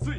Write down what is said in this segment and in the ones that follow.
最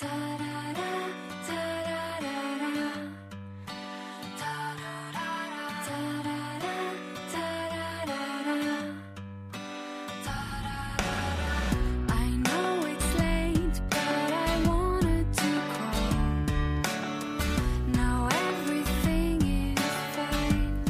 哒啦啦，哒啦啦啦，哒啦啦啦，哒啦啦，哒啦啦啦，哒啦啦啦。I know it's late, but I wanted to call. Now everything is fine.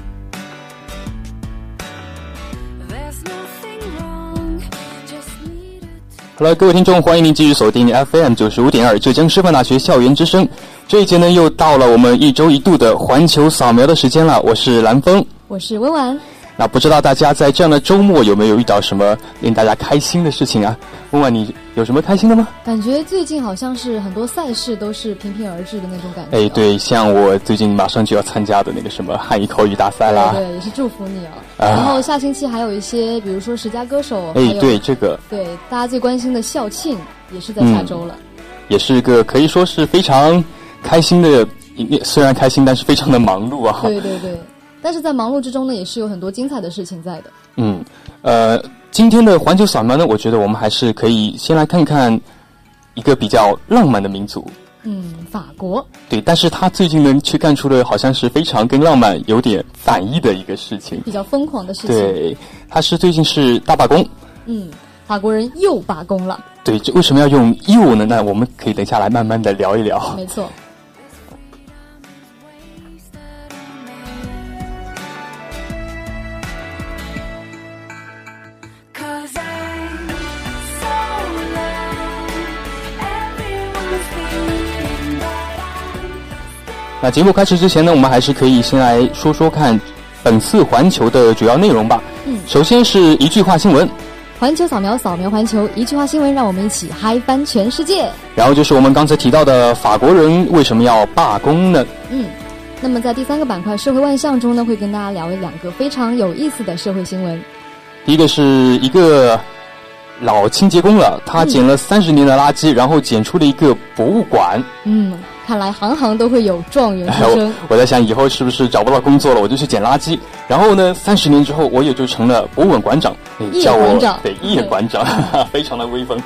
There's nothing wrong, just needed to. Hello，各位听众，欢迎您继续锁定 FM 九十五点二浙江师范大学校园之声。这一节呢，又到了我们一周一度的环球扫描的时间了。我是蓝峰。我是温婉，那不知道大家在这样的周末有没有遇到什么令大家开心的事情啊？问问你有什么开心的吗？感觉最近好像是很多赛事都是频频而至的那种感觉。哎，，对，像我最近马上就要参加的那个什么汉语口语大赛啦。对，也是祝福你哦。啊然后下星期还有一些，比如说十佳歌手，还哎，有对，嗯这个对大家最关心的校庆也是在下周了。也是一个可以说是非常开心的，虽然开心，但是非常的忙碌啊。对对对，但是在忙碌之中呢，也是有很多精彩的事情在的。嗯，呃，今天的环球扫描呢，我觉得我们还是可以先来看看一个比较浪漫的民族，嗯，法国，对，但是他最近呢却干出了好像是非常跟浪漫有点反义的一个事情。比较疯狂的事情。对，他是最近是大罢工，嗯，法国人又罢工了，对，这为什么要用又呢？那我们可以等一下来慢慢的聊一聊。没错。 Cause I'm so loud. Everyone's thinking that I'm 那节目开始之前呢，我们还是可以先来说说看本次环球的主要内容吧。嗯首先是一句话新闻，环球扫描，扫描环球，一句话新闻，让我们一起嗨翻全世界。然后就是我们刚才提到的法国人为什么要罢工呢？嗯，那么在第三个板块“社会万象”中呢，会跟大家聊两个非常有意思的社会新闻。第一个是一个老清洁工了，他捡了三十年的垃圾，然后捡出了一个博物馆。嗯，看来行行都会有状元哎出我身。我在想以后是不是找不到工作了，我就去捡垃圾。然后呢，三十年之后我也就成了博物馆馆长，哎一眼叫我馆长嗯对一眼馆长， 非常的威风。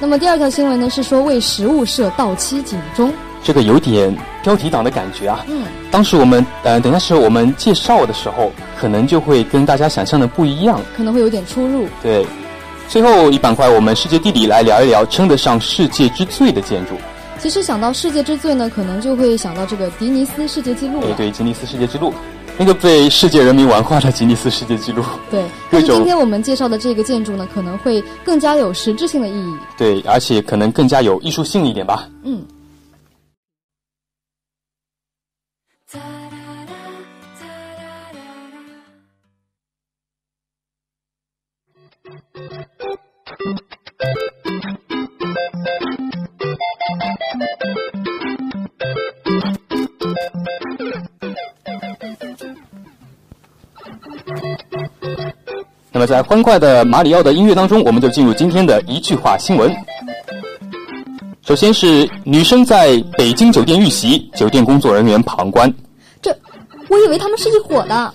那么第二条新闻呢，是说为食物设到期警钟。这个有点标题党的感觉啊。嗯，当时我们呃，等一下是我们介绍的时候，可能就会跟大家想象的不一样。可能会有点出入。对，最后一板块我们世界地理来聊一聊称得上世界之最的建筑。其实想到世界之最呢，可能就会想到这个迪尼斯世界纪录哎，了。对，吉尼斯世界纪录，那个被世界人民玩化的吉尼斯世界纪录。对各但是种今天我们介绍的这个建筑呢，可能会更加有实质性的意义。对，而且可能更加有艺术性一点吧。嗯，那么在欢快的马里奥的音乐当中，我们就进入今天的一句话新闻。首先是女生在北京酒店遇袭，酒店工作人员旁观。这我以为他们是一伙的。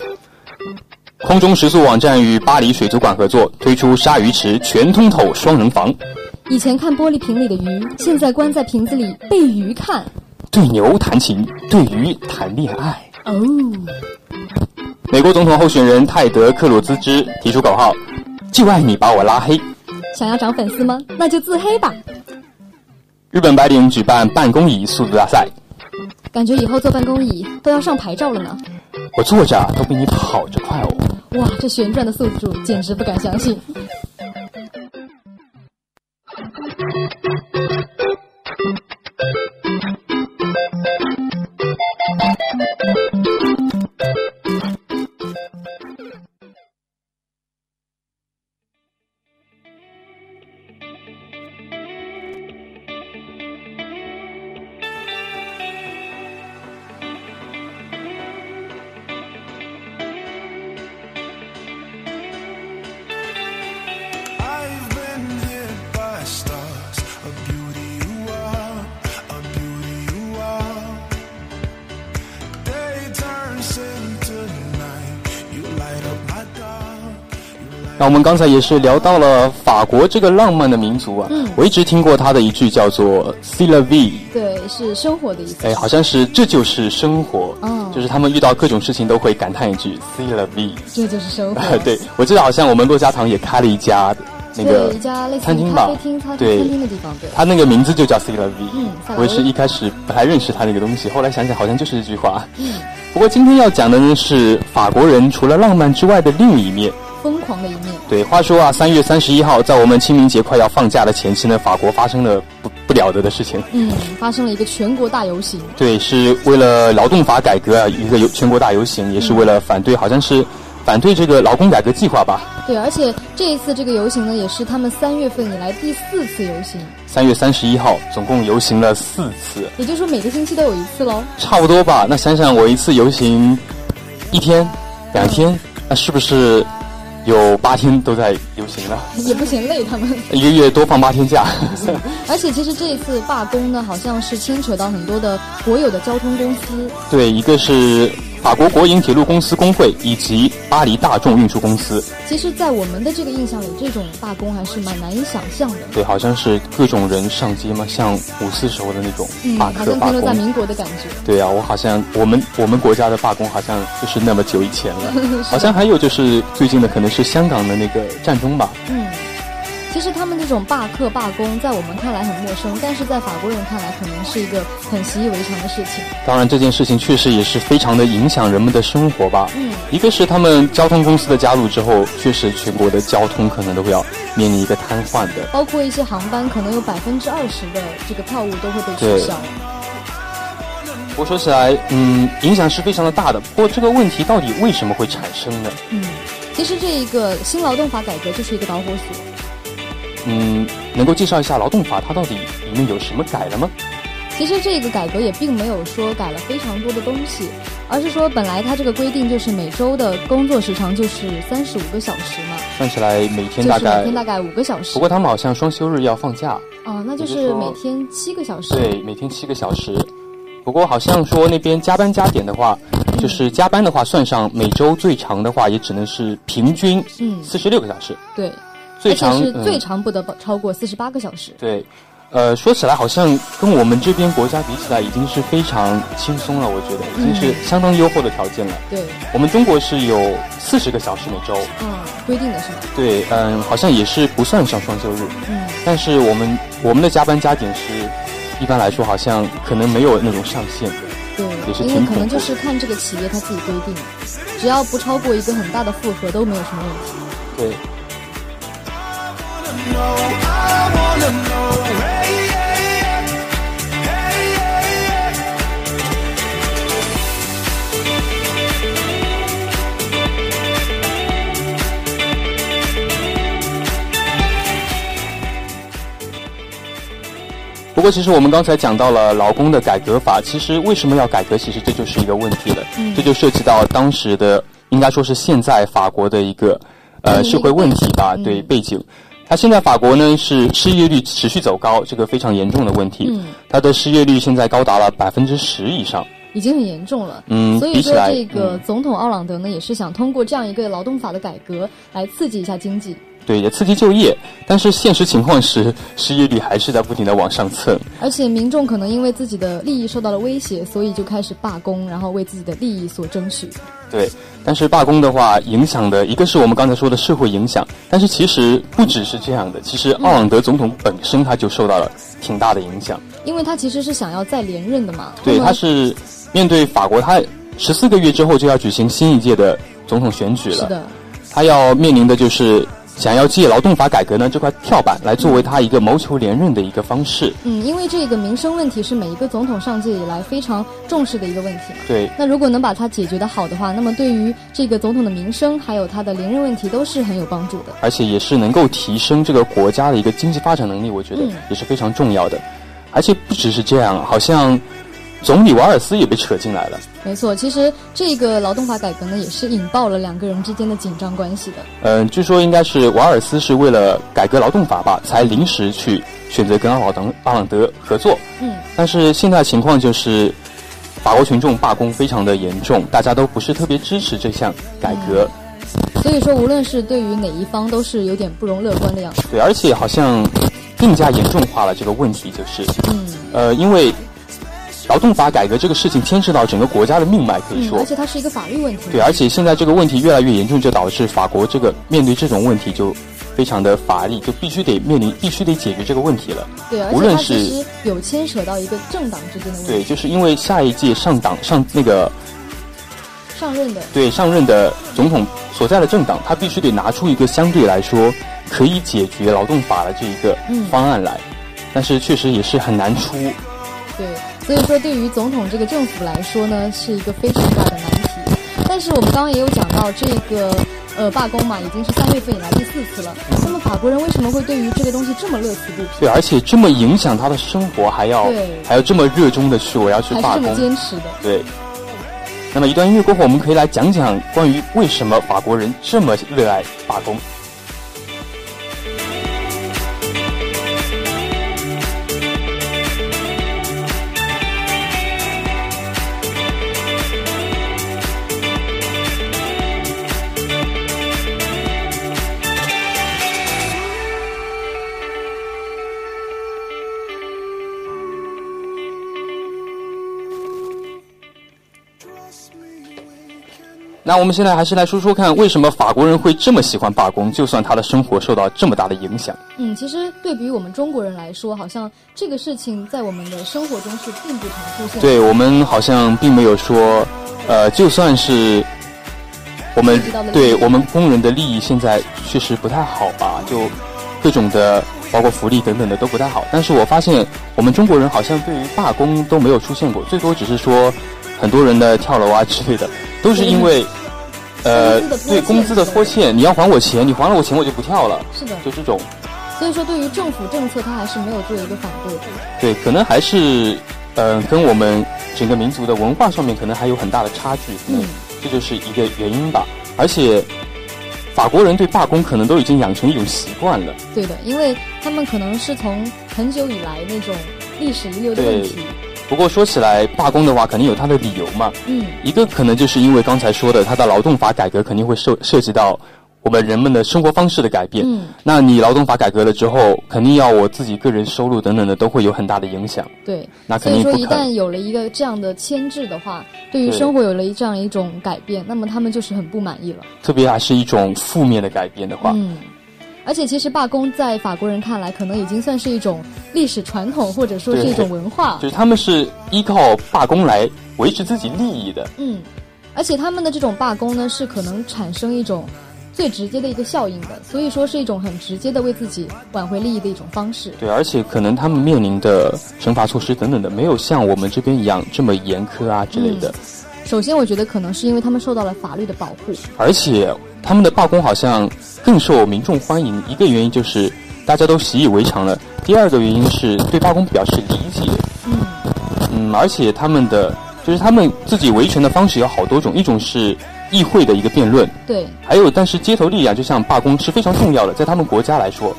空中食宿网站与巴黎水族馆合作推出鲨鱼池全通透双人房，以前看玻璃瓶里的鱼，现在关在瓶子里被鱼看。对牛弹琴，对鱼谈恋爱。哦、美国总统候选人泰德·克鲁兹之提出口号：“就爱你把我拉黑。”想要涨粉丝吗？那就自黑吧。日本白领举办办公椅速度大赛，感觉以后坐办公椅都要上牌照了呢。我坐着都比你跑着快哦。哇，这旋转的速度简直不敢相信。那我们刚才也是聊到了法国这个浪漫的民族啊，嗯我一直听过他的一句叫做 “C'est la vie”，对，是生活的意思。哎，好像是这就是生活，嗯就是他们遇到各种事情都会感叹一句 “C'est la vie”。这就是生活。啊， 对，我记得好像我们洛家堂也开了一家那个对一家类似餐于厅咖吧啡厅、咖，啡对餐，厅的地方，对。它那个名字就叫 C l V。嗯萨拉我也是维一开始不太认识它那个东西，后来想想好像就是这句话。嗯，不过今天要讲的呢是法国人除了浪漫之外的另一面。疯狂的一面，对，话说啊，三月三十一号，在我们清明节快要放假的前夕呢，法国发生了不不了得的事情。嗯，发生了一个全国大游行，对，是为了劳动法改革啊，一个游全国大游行，也是为了反对，好像是反对这个劳工改革计划吧。对，而且这一次这个游行呢，也是他们三月份以来第四次游行，三月三十一号，总共游行了四次。也就是说每个星期都有一次喽。差不多吧。那想想我一次游行一天、两天，那是不是有八天都在游行了？也不嫌累他们。一个月多放八天假。而且其实这一次罢工呢，好像是牵扯到很多的国有的交通公司，对，一个是法国国营铁路公司工会以及巴黎大众运输公司。其实，在我们的这个印象里，这种罢工还是蛮难以想象的。对，好像是各种人上街嘛，像五四时候的那种嗯，罢好像课、停罢留在工。民国的感觉。 对啊，我好像我们我们国家的罢工好像就是那么久以前 了，好像还有就是最近的可能是香港的那个战争吧，嗯，其实他们这种罢课、罢工，在我们看来很陌生，但是在法国人看来，可能是一个很习以为常的事情。当然，这件事情确实也是非常的影响人们的生活吧。嗯，一个是他们交通公司的加入之后，确实全国的交通可能都会要面临一个瘫痪的。包括一些航班，可能有百分之二十的这个票务都会被取消。不过说起来，嗯，影响是非常的大的。不过这个问题到底为什么会产生呢？嗯，其实这一个新劳动法改革就是一个导火索。嗯，能够介绍一下劳动法它到底里面有什么改了吗？其实这个改革也并没有说改了非常多的东西，而是说本来它这个规定就是每周的工作时长就是三十五个小时嘛，算起来每就天是大每概天，大概五个小时不。过他们好像双休日要放假，哦，那就也就是是说每天七个小时。对，每天七个小时。不过好像说那边加班加点的话，就是加班的话，算上每周最长的话，也只能是平均嗯，四十六个小时，对，最而长且是最嗯、长不得超过四十八个小时。对。呃，说起来好像跟我们这边国家比起来，已经是非常轻松了。我觉得已经是相当优厚的条件了。对，我们中国是有四十个小时每周，嗯，规定的是吗？对，嗯，好像也是不算上双休日。嗯，但是我们我们的加班加点是，一般来说好像可能没有那种上限的。也是挺对，因为可能恐怖就是看这个企业它自己规定，只要不超过一个很大的负荷都没有什么问题。对，不过，其实我们刚才讲到了劳工的改革法，其实为什么要改革，其实这就是一个问题了。嗯这就涉及到当时的，应该说是现在法国的一个嗯呃一个社会问题吧，背景对嗯背景。它现在法国呢是失业率持续走高，这个非常严重的问题。嗯它的失业率现在高达了百分之十以上。已经很严重了。嗯所以比说起来这个嗯总统奥朗德呢，也是想通过这样一个劳动法的改革来刺激一下经济，对，也刺激就业，但是现实情况是，失业率还是在不停的往上蹭。而且民众可能因为自己的利益受到了威胁，所以就开始罢工，然后为自己的利益所争取。对，但是罢工的话，影响的一个是我们刚才说的社会影响，但是其实不只是这样的，其实奥朗德总统本身他就受到了挺大的影响。因为他其实是想要再连任的嘛，对，那么他是面对法国，他十四个月之后就要举行新一届的总统选举是了，的，他要面临的就是想要借劳动法改革呢这块跳板来作为他一个谋求连任的一个方式。嗯，因为这个民生问题是每一个总统上届以来非常重视的一个问题嘛。对，那如果能把它解决的好的话，那么对于这个总统的民生还有他的连任问题都是很有帮助的。而且也是能够提升这个国家的一个经济发展能力，我觉得嗯也是非常重要的。而且不只是这样，好像总理瓦尔斯也被扯进来了。没错，其实这个劳动法改革呢，也是引爆了两个人之间的紧张关系的。嗯、据说应该是瓦尔斯是为了改革劳动法吧，才临时去选择跟奥朗德奥朗德合作。嗯，但是现在情况就是，法国群众罢工非常的严重，大家都不是特别支持这项改革。所以说，无论是对于哪一方，都是有点不容乐观的样子。对，而且好像更加严重化了这个问题，就是嗯，呃，因为劳动法改革这个事情牵涉到整个国家的命脉，可以嗯，说。而且它是一个法律问题。对，啊而且现在这个问题越来越严重，就导致法国这个面对这种问题就非常的乏力，就必须得面临，必须得解决这个问题了。对，啊而无且论它其是实有牵扯到一个政党之间的问对，题，就是因为下一届上党上那个上任的对上任的总统所在的政党，他必须得拿出一个相对来说可以解决劳动法的这一个嗯方案来，但是确实也是很难出。对，所以说对于总统这个政府来说呢，是一个非常大的难题。但是我们刚刚也有讲到这个呃罢工嘛，已经是三月份以来第四次了。那么法国人为什么会对于这个东西这么乐此不疲，对，而且这么影响他的生活，还要对还要这么热衷的去我要去还是啊罢这么工，坚持的？对。那么一段音乐过后，我们可以来讲讲关于为什么法国人这么热爱罢工。那我们现在还是来说说看，为什么法国人会这么喜欢罢工？就算他的生活受到这么大的影响，嗯，其实对比于我们中国人来说，好像这个事情在我们的生活中是并不常出现的。对我们好像并没有说，呃，就算是我们涉及到的利益对我们工人的利益现在确实不太好吧，就各种的包括福利等等的都不太好。但是我发现我们中国人好像对于罢工都没有出现过，最多只是说很多人的跳楼啊之类的，都是因为。呃工资的，拖对欠工资的之类的拖欠，你要还我钱，你还了我钱我就不跳了，是的，就这种。所以说对于政府政策，它还是没有做一个反对的。对，可能还是，嗯、跟我们整个民族的文化上面可能还有很大的差距，可能嗯这就是一个原因吧。而且，法国人对罢工可能都已经养成一种习惯了，对的，因为他们可能是从很久以来那种历史遗留的问题，不过说起来，罢工的话，肯定有它的理由嘛。嗯，一个可能就是因为刚才说的，它的劳动法改革肯定会涉涉及到我们人们的生活方式的改变。嗯那你劳动法改革了之后，肯定要我自己个人收入等等的都会有很大的影响。对。那所肯以定说，不一可旦能。有了一个这样的牵制的话，对于对生活有了一这样一种改变，那么他们就是很不满意了。特别还是一种负面的改变的话，嗯，而且其实罢工在法国人看来，可能已经算是一种历史传统，或者说是一种文化就。是他们是依靠罢工来维持自己利益的。嗯，而且他们的这种罢工呢，是可能产生一种最直接的一个效应的，所以说是一种很直接的为自己挽回利益的一种方式。对，而且可能他们面临的惩罚措施等等的，没有像我们这边一样这么严苛啊之类的。首先，我觉得可能是因为他们受到了法律的保护。而且他们的罢工好像更受民众欢迎，一个原因就是大家都习以为常了，第二个原因是对罢工表示理解。嗯，嗯，而且他们的就是他们自己维权的方式有好多种，一种是议会的一个辩论，对，还有，但是街头力量就像罢工是非常重要的，在他们国家来说，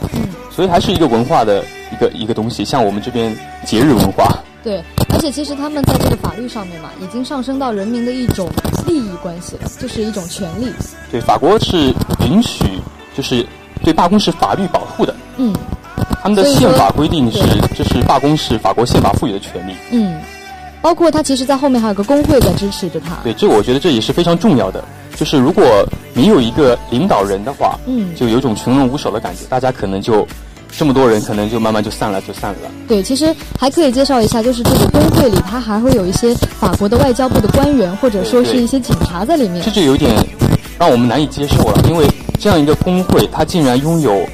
所以还是一个文化的一个一个东西，像我们这边节日文化，对，而且其实他们在这个法律上面嘛，已经上升到人民的一种利益关系了，就是一种权利。对，法国是允许，就是对罢工是法律保护的，嗯他们的所以说宪法规定是，这是罢工是法国宪法赋予的权利，嗯，包括他其实，在后面还有个工会在支持着他。对，这我觉得这也是非常重要的，就是如果没有一个领导人的话，嗯就有种群龙无首的感觉，大家可能就这么多人，可能就慢慢就散了，就散了。对，其实还可以介绍一下，就是这个工会里，它还会有一些法国的外交部的官员，或者说是一些警察在里面这。就有点让我们难以接受了，因为这样一个工会，它竟然拥有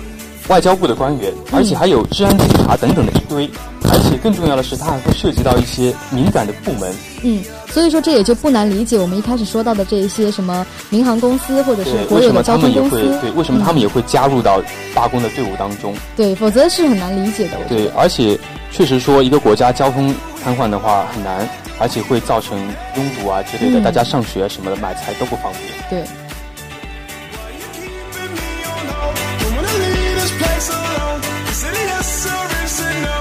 外交部的官员，而且还有治安警察等等的一堆，而且更重要的是，它还会涉及到一些敏感的部门，嗯，所以说这也就不难理解我们一开始说到的这一些什么民航公司，或者是对，国为有什的么他交通们也公会司。嗯对，为什么他们也会加入到罢工的队伍当中？对，否则是很难理解的。我觉得对，而且确实说，一个国家交通瘫痪的话很难，而且会造成拥堵啊之类的，嗯大家上学什么的买菜都不方便。对。 Don't wanna leave this place alone. Is it a yes or is it no?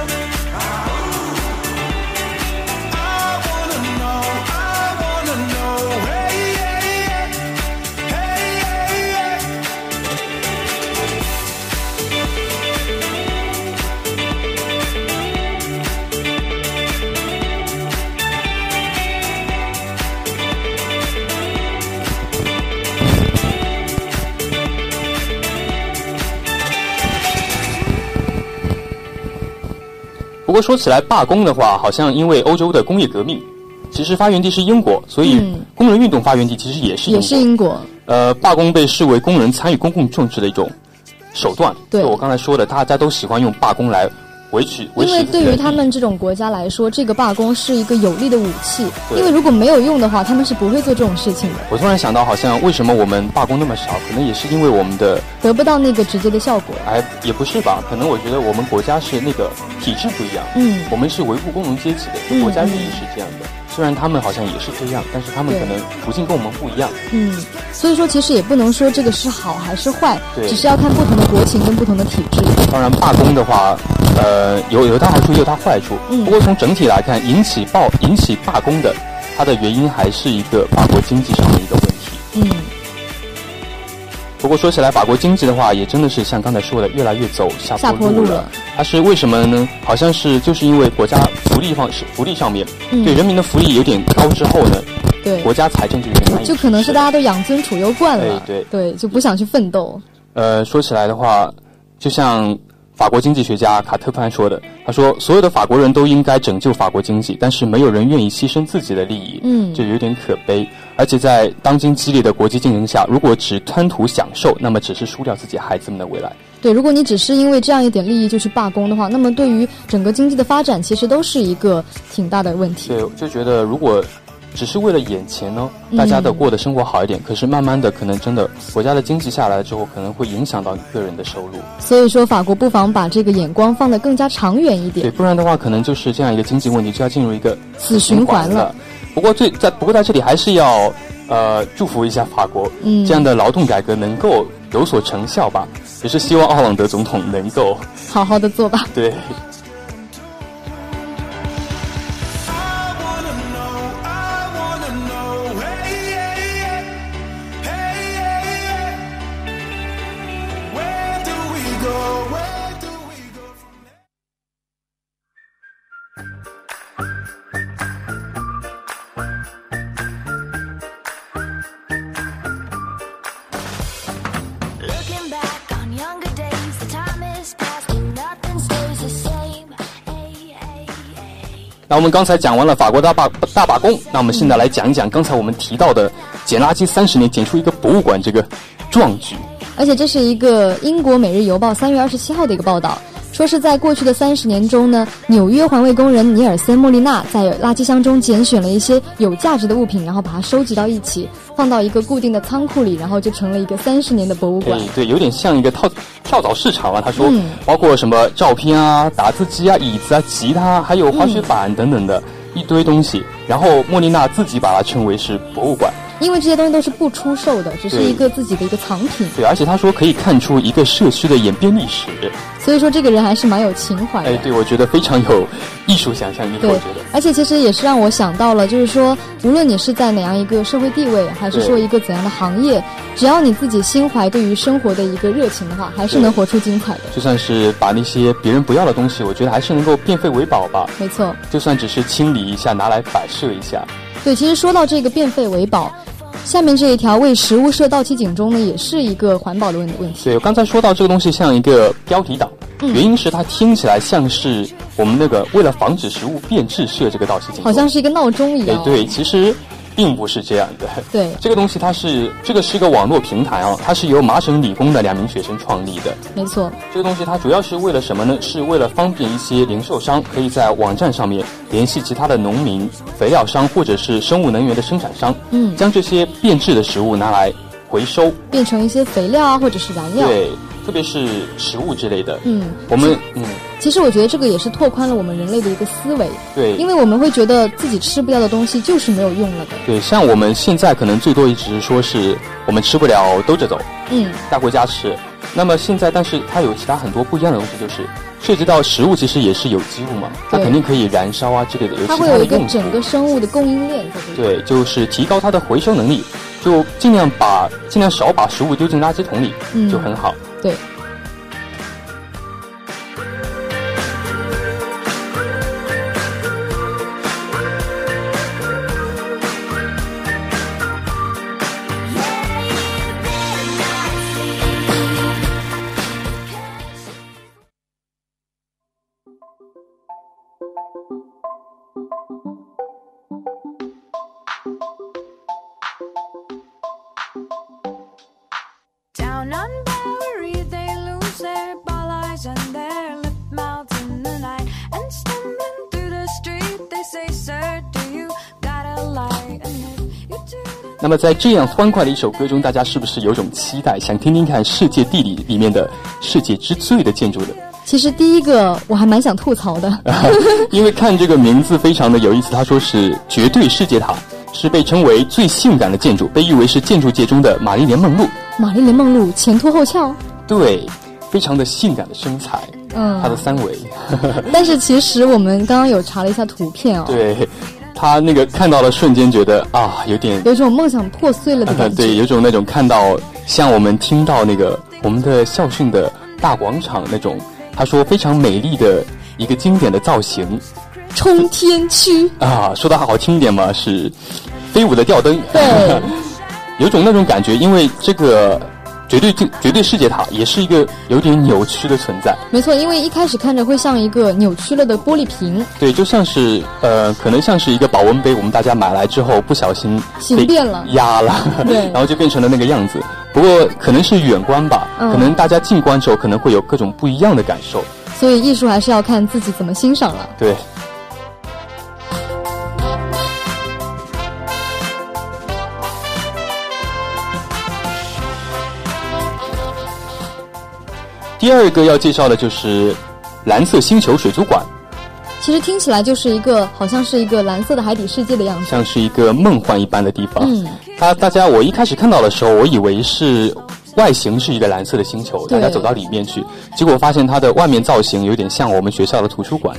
I wanna know, I wanna know. Hey, hey, hey, hey, hey, hey. 不过说起来罢工的话，好像因为欧洲的工业革命，其实发源地是英国，所以嗯工人运动发源地其实也是英也国。是英国，呃，罢工被视为工人参与公共政治的一种手段。对就我刚才说的，大家都喜欢用罢工来维持维因持自为己对的于他们这种国家来说，这个罢工是一个有力的武器。对因为如果没有用的话，他们是不会做这种事情的，我突然想到，好像为什么我们罢工那么少，可能也是因为我们的，得不到那个直接的效果。哎，也不是吧？可能我觉得我们国家是那个体制不一样，嗯我们是维护工农阶级的，就嗯国家愿意是这样的。虽然他们好像也是这样，但是他们对可能途径跟我们不一样。嗯，所以说其实也不能说这个是好还是坏，对只是要看不同的国情跟不同的体制。当然，罢工的话，呃，有有它好处，也有它坏处。嗯不过从整体来看，引起暴引起罢工的，它的原因还是一个法国经济上的一个问题。嗯，不过说起来，法国经济的话，也真的是像刚才说的，越来越走下下坡坡路路啊了了。它是啊为什么呢？好像是就是因为国家福利方是福利上面、嗯对人民的福利有点高之后呢，对，国家财政就有点难以就可能是大家家都养尊处优惯了，哎对就不想去奋斗。呃说起来的话，就像法国经济学家卡特潘说的，他说所有的法国人都应该拯救法国经济，但是没有人愿意牺牲自己的利益，嗯就有点可悲。而且在当今激烈的国际竞争下，如果只贪图享受，那么只是输掉自己孩子们的未来。对，如果你只是因为这样一点利益就去罢工的话，那么对于整个经济的发展其实都是一个挺大的问题。对，就觉得如果只是为了眼前呢，大家的过得生活好一点，可是慢慢的，可能真的国家的经济下来之后，可能会影响到你个人的收入。所以说，法国不妨把这个眼光放得更加长远一对，点。不然的话，可能就是这样一个经济问题就要进入一个死循循环环了。不过最在不过在这里还是要呃祝福一下法国，嗯这样的劳动改革能够有所成效吧，也是希望奥朗德总统能够嗯好好的做吧。对。 I wanna know, I wanna know, hey, hey, hey, hey, hey, hey. Where do we go? Where do we go from here? 那我们刚才讲完了法国大罢大罢工，那我们现在来讲一讲刚才我们提到的捡垃圾三十年捡出一个博物馆这个壮举。而且这是一个英国《每日邮报》三月二十七号的一个报道，说是在过去的三十年中呢，纽约环卫工人尼尔森·莫利纳在垃圾箱中拣选了一些有价值的物品，然后把它收集到一起，放到一个固定的仓库里，然后就成了一个三十年的博物对馆。对，有点像一个跳跳蚤市场啊。他说，嗯包括什么照片啊、打字机啊、椅子啊、吉他，还有滑雪板等等的、一堆东西。然后莫莉娜自己把它称为是博物馆。因为这些东西都是不出售的，只是对一个自己的一个藏品，对，而且他说可以看出一个社区的演变历史。所以说这个人还是蛮有情怀的。哎，对，我觉得非常有艺术想象力。我对觉得，而且其实也是让我想到了，就是说，无论你是在哪样一个社会地位，还是对说一个怎样的行业，只要你自己心怀对于生活的一个热情的话，还是对能活出精彩的。就算是把那些别人不要的东西，我觉得还是能够变废为宝吧。没错，就算只是清理一下，拿来摆设一下，对，其实说到这个变废为宝，下面这一条为食物设到期警钟呢，也是一个环保的问问题。对，我刚才说到这个东西像一个标题党，嗯原因是它听起来像是我们那个为了防止食物变质设这个道歉警好钟，像是一个闹钟一哎样。啊对，其实并不是这样的。对这个东西它是这个是个网络平台啊，它是由麻省理工的两名学生创立的。没错，这个东西它主要是为了什么呢？是为了方便一些零售商可以在网站上面联系其他的农民、肥料商或者是生物能源的生产商，嗯将这些变质的食物拿来回收，变成一些肥料啊，或者是燃料。对，特别是食物之类的。嗯我们嗯，其实我觉得这个也是拓宽了我们人类的一个思维，对，因为我们会觉得自己吃不掉的东西就是没有用了的。对，像我们现在可能最多也只是说是我们吃不了兜着走，嗯。带回家吃。那么现在，但是它有其他很多不一样的东西，就是涉及到食物，其实也是有机物嘛，它对肯定可以燃烧啊之类的，有其它他会有的一个用途。整个生物的供应链在这里。对，就是提高它的回收能力，就尽量把尽量少把食物丢进垃圾桶里，嗯就很好。对 an unburied, they lose their ballast and their lip mouth in the night. And stumbling through the street, they say, Sir, do you got a light? And if you do, 那么在这样欢快的一首歌中，大家是不是有种期待，想听听看世界地理里面的世界之最的建筑呢？其实第一个我还蛮想吐 槽的，因为看这个名字非常的有意思，他说是绝对世界塔，是被称为最性感的建筑，被誉为是建筑界中的玛丽莲梦露。玛丽莲梦露前凸后翘，对，非常的性感的身材，嗯她的三围，但是其实我们刚刚有查了一下图片哦，对，她那个看到了瞬间觉得啊，有点，有一种梦想破碎了的啊感觉。 对，有种那种看到像我们听到那个我们的校训的大广场那种，他说非常美丽的一个经典的造型冲天区，啊，说的好听一点嘛是飞舞的吊灯，对， 有种那种感觉，因为这个绝对绝对世界塔也是一个有点扭曲的存在，没错，因为一开始看着会像一个扭曲了的玻璃瓶，对，就像是呃，可能像是一个保温杯，我们大家买来之后不小心形被变了压了，对 然后就变成了那个样子。不过可能是远观吧，嗯可能大家近观时候可能会有各种不一样的感受，所以艺术还是要看自己怎么欣赏了。对。第二个要介绍的就是蓝色星球水族馆，其实听起来就是一个好像是一个蓝色的海底世界的样子。像是一个梦幻一般的地方。嗯，它大家我一开始看到的时候，我以为是外形是一个蓝色的星球，对大家走到里面去，结果发现它的外面造型有点像我们学校的图书馆。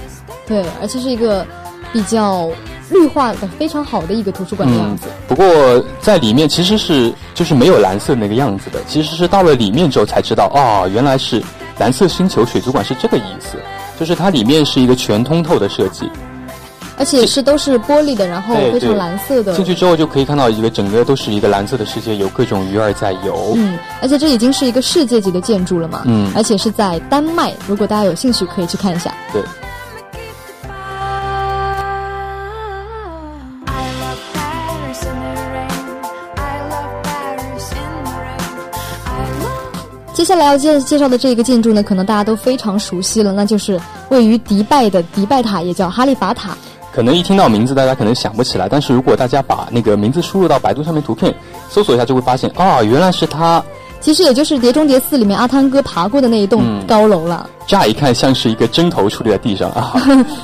对，而且是一个比较绿化的非常好的一个图书馆的样嗯子。，不过在里面其实是就是没有蓝色那个样子的，其实是到了里面之后才知道，哦，原来是蓝色星球水族馆是这个意思，就是它里面是一个全通透的设计。而且是都是玻璃的，然后嗯对非常对蓝色的进。去之后就可以看到一个整个都是一个蓝色的世界，有各种鱼儿在游。嗯，而且这已经是一个世界级的建筑了嘛。嗯而且是在丹麦，如果大家有兴趣可以去看一下。对， I love Paris in the rain. I love Paris in the rain. I love. 接下来要介介绍的这个建筑呢，可能大家都非常熟悉了，那就是位于迪拜的迪拜塔，也叫哈利法塔。可能一听到名字，大家可能想不起来，但是如果大家把那个名字输入到百度上面图片搜索一下，就会发现啊、原来是它。其实也就是《碟中谍四》里面阿汤哥爬过的那一嗯栋高楼了， 乍一看像是一个针头矗立在地 上啊，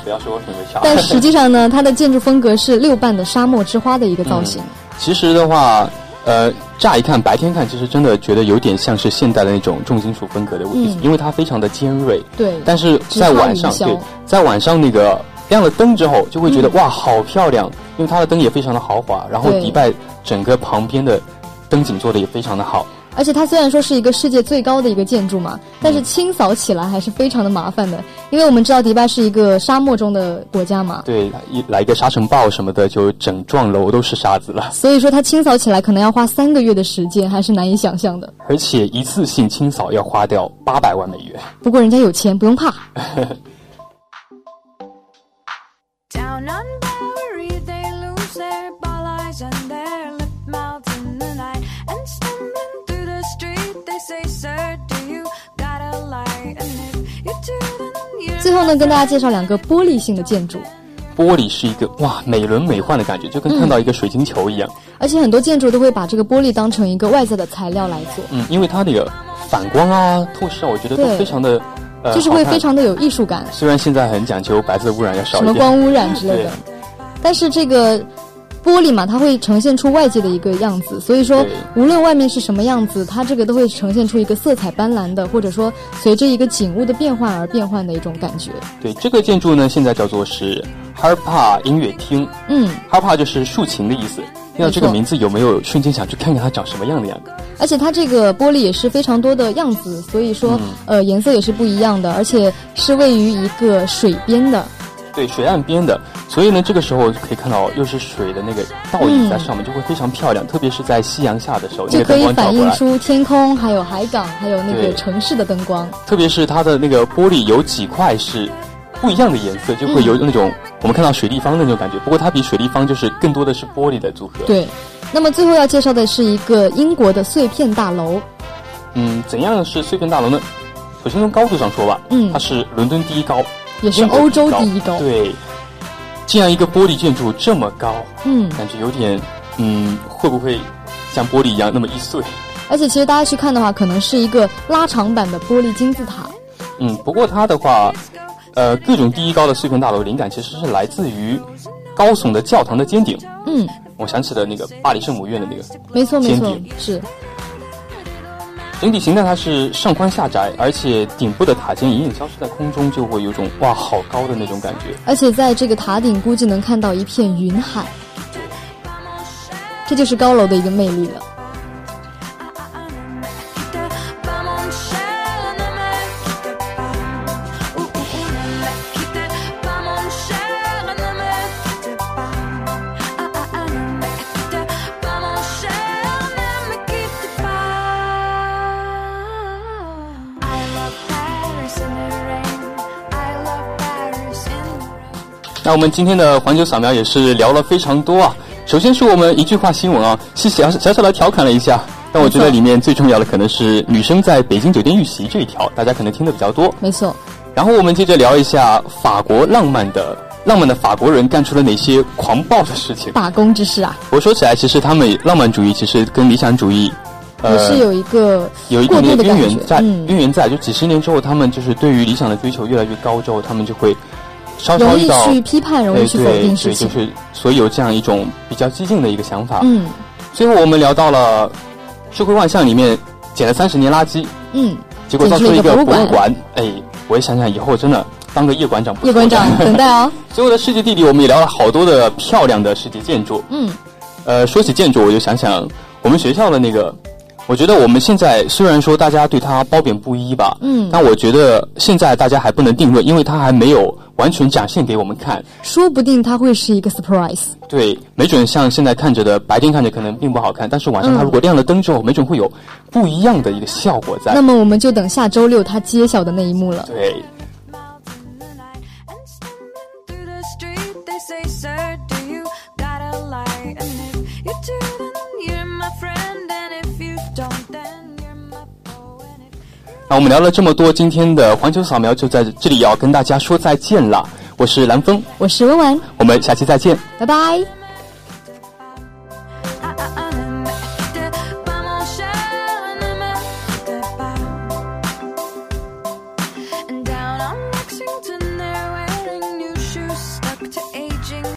不要说我品味差。但实际上呢，它的建筑风格是六瓣的沙漠之花的一个造型。其实的话，呃，乍一看白天看，其实真的觉得有点像是现代的那种重金属风格的物体，嗯因为它非常的尖锐。对，但是在晚上，直插云霄对，在晚上那个亮了灯之后，就会觉得、哇，好漂亮，因为它的灯也非常的豪华，然后对迪拜整个旁边的灯景做的也非常的好。而且它虽然说是一个世界最高的一个建筑嘛，但是清扫起来还是非常的麻烦的，因为我们知道迪拜是一个沙漠中的国家嘛，对，一来一个沙尘暴什么的，就整幢楼都是沙子了， 所以说它清扫起来可能要花三个月的时间，还是难以想象的。而且一次性清扫要花掉八百万美元。不过人家有钱，不用怕。 Down on Bowery, they lose their ball eyes and their lip mouths in the night. And stumbling through the street, they say, Sir, do you got a light? And if you do, then you're 最后呢，跟大家介绍两个玻璃性的建筑，玻璃是一个哇美轮美奂的感觉，就跟看到一个水晶球一样。而且很多建筑都会把这个玻璃当成一个外在的材料来做，嗯，因为它那个反光啊、透视啊，我觉得都对非常的，呃，就是会好看非。常的有艺术感，虽然现在很讲究白色污染要少什一么点，光污染之类的对。但是这个玻璃嘛，它会呈现出外界的一个样子，所以说对无论外面是什么样子，它这个都会呈现出一个色彩斑斓的，或者说随着一个景物的变换而变换的一种感觉。对这个建筑呢，现在叫做是 Harpa 音乐厅嗯， ，Harpa 就是竖琴的意思。听到这个没错名字，有没有瞬间想去看看它长什么样的样子？而且它这个玻璃也是非常多的样子，所以说、呃颜色也是不一样的，而且是位于一个水边的。对，水岸边的，所以呢，这个时候就可以看到又是水的那个倒影在上面，就会非常漂亮。特别是在夕阳下的时候，那嗯就个可灯以光照反过映来，出天空、还有海港、还有那个对城市的灯光。特别是它的那个玻璃有几块是不一样的颜色，就嗯会有那种、我们看到水立方的那种感觉。不过它比水立方就是更多的是玻璃的组合。，对，那么最后要介绍的是一个英国的碎片大楼，嗯，怎样是碎片大楼呢？首先从高度上说吧，嗯它是伦敦第一高，也是英国欧洲第一高。对，这样一个玻璃建筑这么高，嗯，感觉有点，嗯，会不会像玻璃一样那么易碎？而且其实大家去看的话，可能是一个拉长版的玻璃金字塔。嗯，不过它的话，呃，各种第一高的碎片大楼灵感其实是来自于高耸的教堂的尖顶。嗯，我想起了那个巴黎圣母院的那个没错没错尖顶，是整体形态，它是上宽下窄，而且顶部的塔尖隐隐消失在空中，就会有种哇好高的那种感觉。而且在这个塔顶估计能看到一片云海，这就是高楼的一个魅力了。 I love Paris in the rain. I love Paris in the rain. 那我们今天的环球扫描也是聊了非常多啊。首先是我们一句话新闻啊，是小小小的调侃了一下，但我觉得没错里面最重要的可能是女生在北京酒店遇袭这一条，大家可能听的比较多。没错，然后我们接着聊一下法国浪漫的浪漫的法国人干出了哪些狂暴的事情。打工之事啊，我说起来，其实他们浪漫主义其实跟理想主义，也呃，是有一个有一过点渡点渊的感源觉。在，嗯，渊源在，就几十年之后，他们就是对于理想的追求越来越高之后，他们就会稍稍容遇易到哎去批判，容易去否定对事对，情就。是啊所以有这样一种比较激进的一个想法。嗯最后我们聊到了社会万象里面捡了三十年垃圾，嗯，结果造捡出出了一一个个博博物物馆。哎，我也想想以后真的当个夜馆长不错。叶馆长，等 待哦。最后的世界地理我们也聊了好多的漂亮的世界建筑。嗯，呃，说起建筑，我就想想我们学校的那个，我觉得我们现在虽然说大家对它褒贬不一吧，嗯但我觉得现在大家还不能定论，因为它还没有完全展现给我们看。说不定它会是一个 surprise。对，没准像现在看着的，白天看着可能并不好看，但是晚上它嗯如果亮了灯之后，没准会有不一样的一个效果在那。么我们就等下周六它揭晓的那一幕了。对， mouth in the night and standing through the street. They say, Sir, do you got a light? And if you do, then you're my friend. And if you don't, then you're my foe. And if 那我们聊了这么多，今天的环球扫描就在这里要跟大家说再见了。我是蓝峰，我是温文，我们下期再见。拜拜。